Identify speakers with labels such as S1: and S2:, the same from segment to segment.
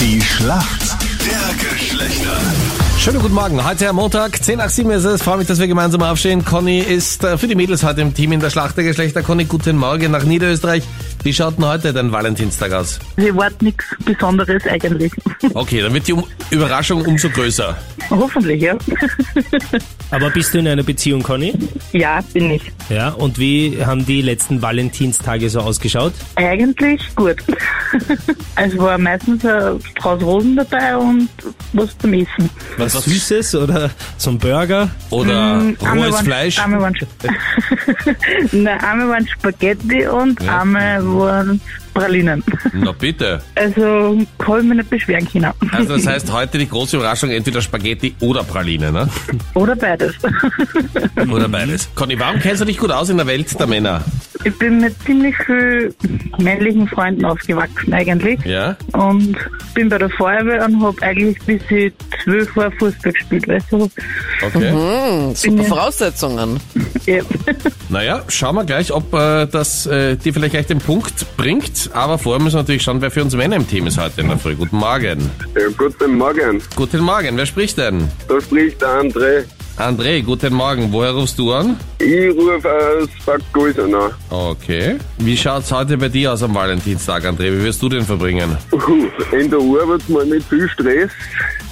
S1: Die Schlacht der Geschlechter.
S2: Schönen guten Morgen. Heute am Montag, 10 nach 7 ist es. Freue mich, dass wir gemeinsam aufstehen. Conny ist äh, für die Mädels heute im Team in der Schlacht der Geschlechter. Conny, guten Morgen nach Niederösterreich. Wie schaut denn heute dein Valentinstag aus?
S3: Also ich warte nichts Besonderes eigentlich.
S2: Okay, dann wird die um Überraschung umso größer.
S3: Hoffentlich, ja.
S4: Aber bist du in einer Beziehung, Conny?
S3: ja, bin ich.
S4: Ja. Und wie haben die letzten Valentinstage so ausgeschaut?
S3: Eigentlich gut. es war meistens ein Strauß Rosen dabei und was zum Essen.
S4: Was, Süßes oder so ein Burger?
S2: Oder
S3: Mm, einmal
S2: rohes
S3: waren-
S2: Fleisch?
S3: Einmal waren, Nein, einmal waren Spaghetti und einmal waren Pralinen.
S2: Na bitte.
S3: Also kann ich mich nicht beschweren können.
S2: Also das heißt, heute die große Überraschung, entweder Spaghetti oder Praline, ne?
S3: Oder beides.
S2: Oder beides. Conny, warum kennst du dich gut aus in der Welt der Männer?
S3: ich bin mit ziemlich viel männlichen Freunden aufgewachsen eigentlich.
S2: Ja?
S3: und bin bei der Feuerwehr und habe eigentlich bis ich zwölf war Fußball gespielt. Also,
S2: Okay.
S5: Super Voraussetzungen.
S3: ja.
S2: Naja, schauen wir gleich, ob äh, das äh, dir vielleicht gleich den Punkt bringt. Aber vorher müssen wir natürlich schauen, wer für uns Männer im Team ist heute in der Früh. Guten Morgen.
S6: Ja, guten Morgen,
S2: Guten Morgen, wer spricht denn?
S6: da spricht der André.
S2: André, guten Morgen. Woher rufst du an?
S6: Ich rufe aus Bad Gulsen an.
S2: Okay. Wie schaut's heute bei dir aus am Valentinstag, André? Wie wirst du den verbringen?
S6: Puh, In der Arbeit mal mit viel Stress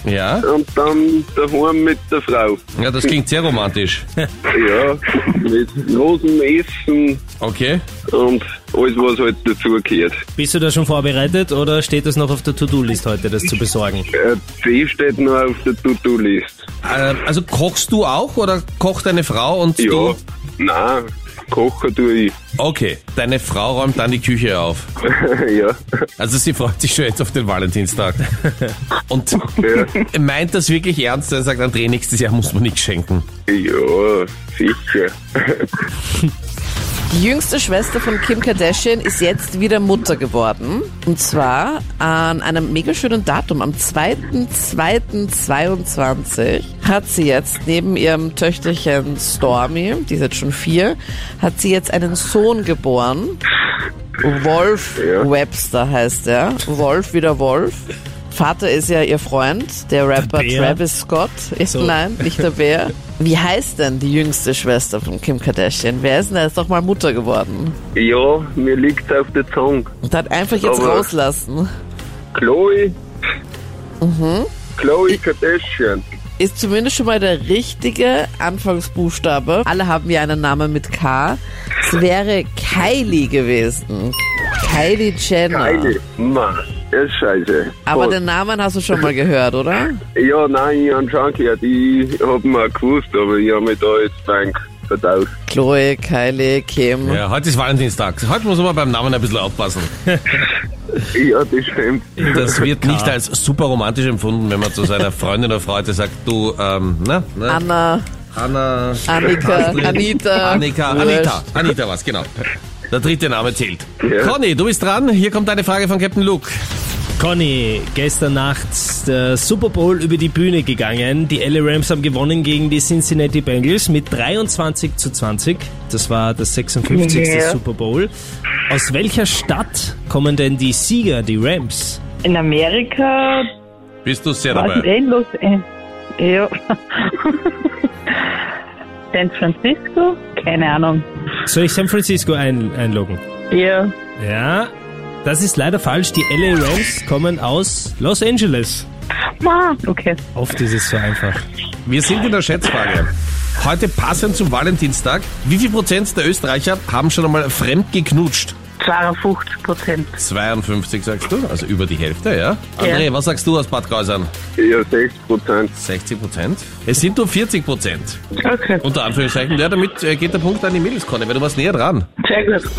S2: Ja?
S6: und dann daheim mit der Frau.
S2: Ja, das klingt sehr romantisch.
S6: Ja, mit großem Essen
S2: Okay.
S6: und alles, was halt dazugehört.
S4: Bist du da schon vorbereitet oder steht das noch auf der To-Do-List heute, das zu besorgen?
S6: Äh, C steht noch auf der To-Do-List.
S2: Äh, also kochst du auch oder kocht deine Frau und
S6: Ja,
S2: du?
S6: nein, kochen tue ich.
S2: Okay. Deine Frau räumt dann die Küche auf.
S6: ja,
S2: Also sie freut sich schon jetzt auf den Valentinstag. Und meint das wirklich ernst, wenn er sagt, André, nächstes Jahr muss man nichts schenken.
S6: ja, sicher.
S5: Die jüngste Schwester von Kim Kardashian ist jetzt wieder Mutter geworden. Und zwar an einem mega schönen Datum. Am 2.2.22 hat sie jetzt neben ihrem Töchterchen Stormy, die ist jetzt schon vier, hat sie jetzt einen Sohn geboren. Wolf
S6: Ja.
S5: Webster heißt er. Wolf wieder Wolf. Vater ist ja ihr Freund, der Rapper
S4: Bär.
S5: Travis Scott.
S4: So.
S5: Nein, nicht der Bär. Wie heißt denn die jüngste Schwester von Kim Kardashian? Wer ist denn da jetzt doch mal Mutter geworden?
S6: Ja, mir liegt's auf der Zunge.
S5: Und hat einfach jetzt
S6: Aber-
S5: rauslassen.
S6: Chloe. Chloe Kardashian.
S5: Ist zumindest schon mal der richtige Anfangsbuchstabe. Alle haben ja einen Namen mit K. Es wäre Kylie gewesen. Kylie Jenner.
S6: Keine. Mann, das ist scheiße.
S5: Aber
S6: Gott.
S5: den Namen hast du schon mal gehört, oder?
S6: Ja, nein, ich habe schon gehört. Ich hab mir auch gewusst, aber ich hab mich da jetzt blank vertauscht.
S5: Chloe, Kylie, Kim.
S2: Ja, heute ist Valentinstag. Heute muss man beim Namen ein bisschen aufpassen.
S6: Ja, das stimmt.
S2: Das wird nicht als super romantisch empfunden, wenn man zu seiner Freundin oder Freude sagt, du, ähm, na, ne?
S5: Anna,
S2: Anna,
S5: Annika,
S2: Astrid,
S5: Äh, Anita.
S2: Annika,
S5: Wurscht.
S2: Anita, Anita was, genau. Der dritte Name zählt.
S6: Ja.
S2: Conny, du bist dran. Hier kommt eine Frage von Captain Luke.
S4: Conny, gestern Nacht der Super Bowl über die Bühne gegangen. Die LA Rams haben gewonnen gegen die Cincinnati Bengals mit 23 zu 20. Das war das 56.
S3: Ja.
S4: Super Bowl. Aus welcher Stadt kommen denn die Sieger, die Rams?
S3: In Amerika,
S2: Bist du sehr
S3: was
S2: dabei?
S3: in Los Angeles. Ja. San Francisco? Keine Ahnung.
S4: Soll ich San Francisco ein einloggen?
S3: Ja.
S4: Ja, das ist leider falsch. Die LA Rams kommen aus Los Angeles.
S3: Ma, okay.
S4: Oft ist es so einfach.
S2: Wir sind in der Schätzfrage. Heute passend zum Valentinstag. Wie viel Prozent der Österreicher haben schon einmal fremd geknutscht?
S3: 52 Prozent.
S2: 52 sagst du, also über die Hälfte, ja? André, was sagst du aus Bad Kreuzern?
S6: Ja, 6 Prozent.
S2: 60 Prozent? Es sind nur 40 Prozent.
S3: Okay,
S2: Unter Anführungszeichen. Ja, damit äh, geht der Punkt an die Mädelskonne, weil du warst näher dran.
S3: sehr gut.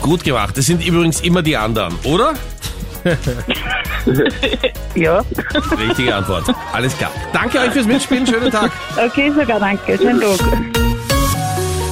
S2: Gut gemacht. Es sind übrigens immer die anderen, oder?
S3: Ja.
S2: Richtige Antwort. Alles klar. Danke euch fürs Mitspielen. Schönen Tag.
S3: Okay, sogar danke. Schönen Tag.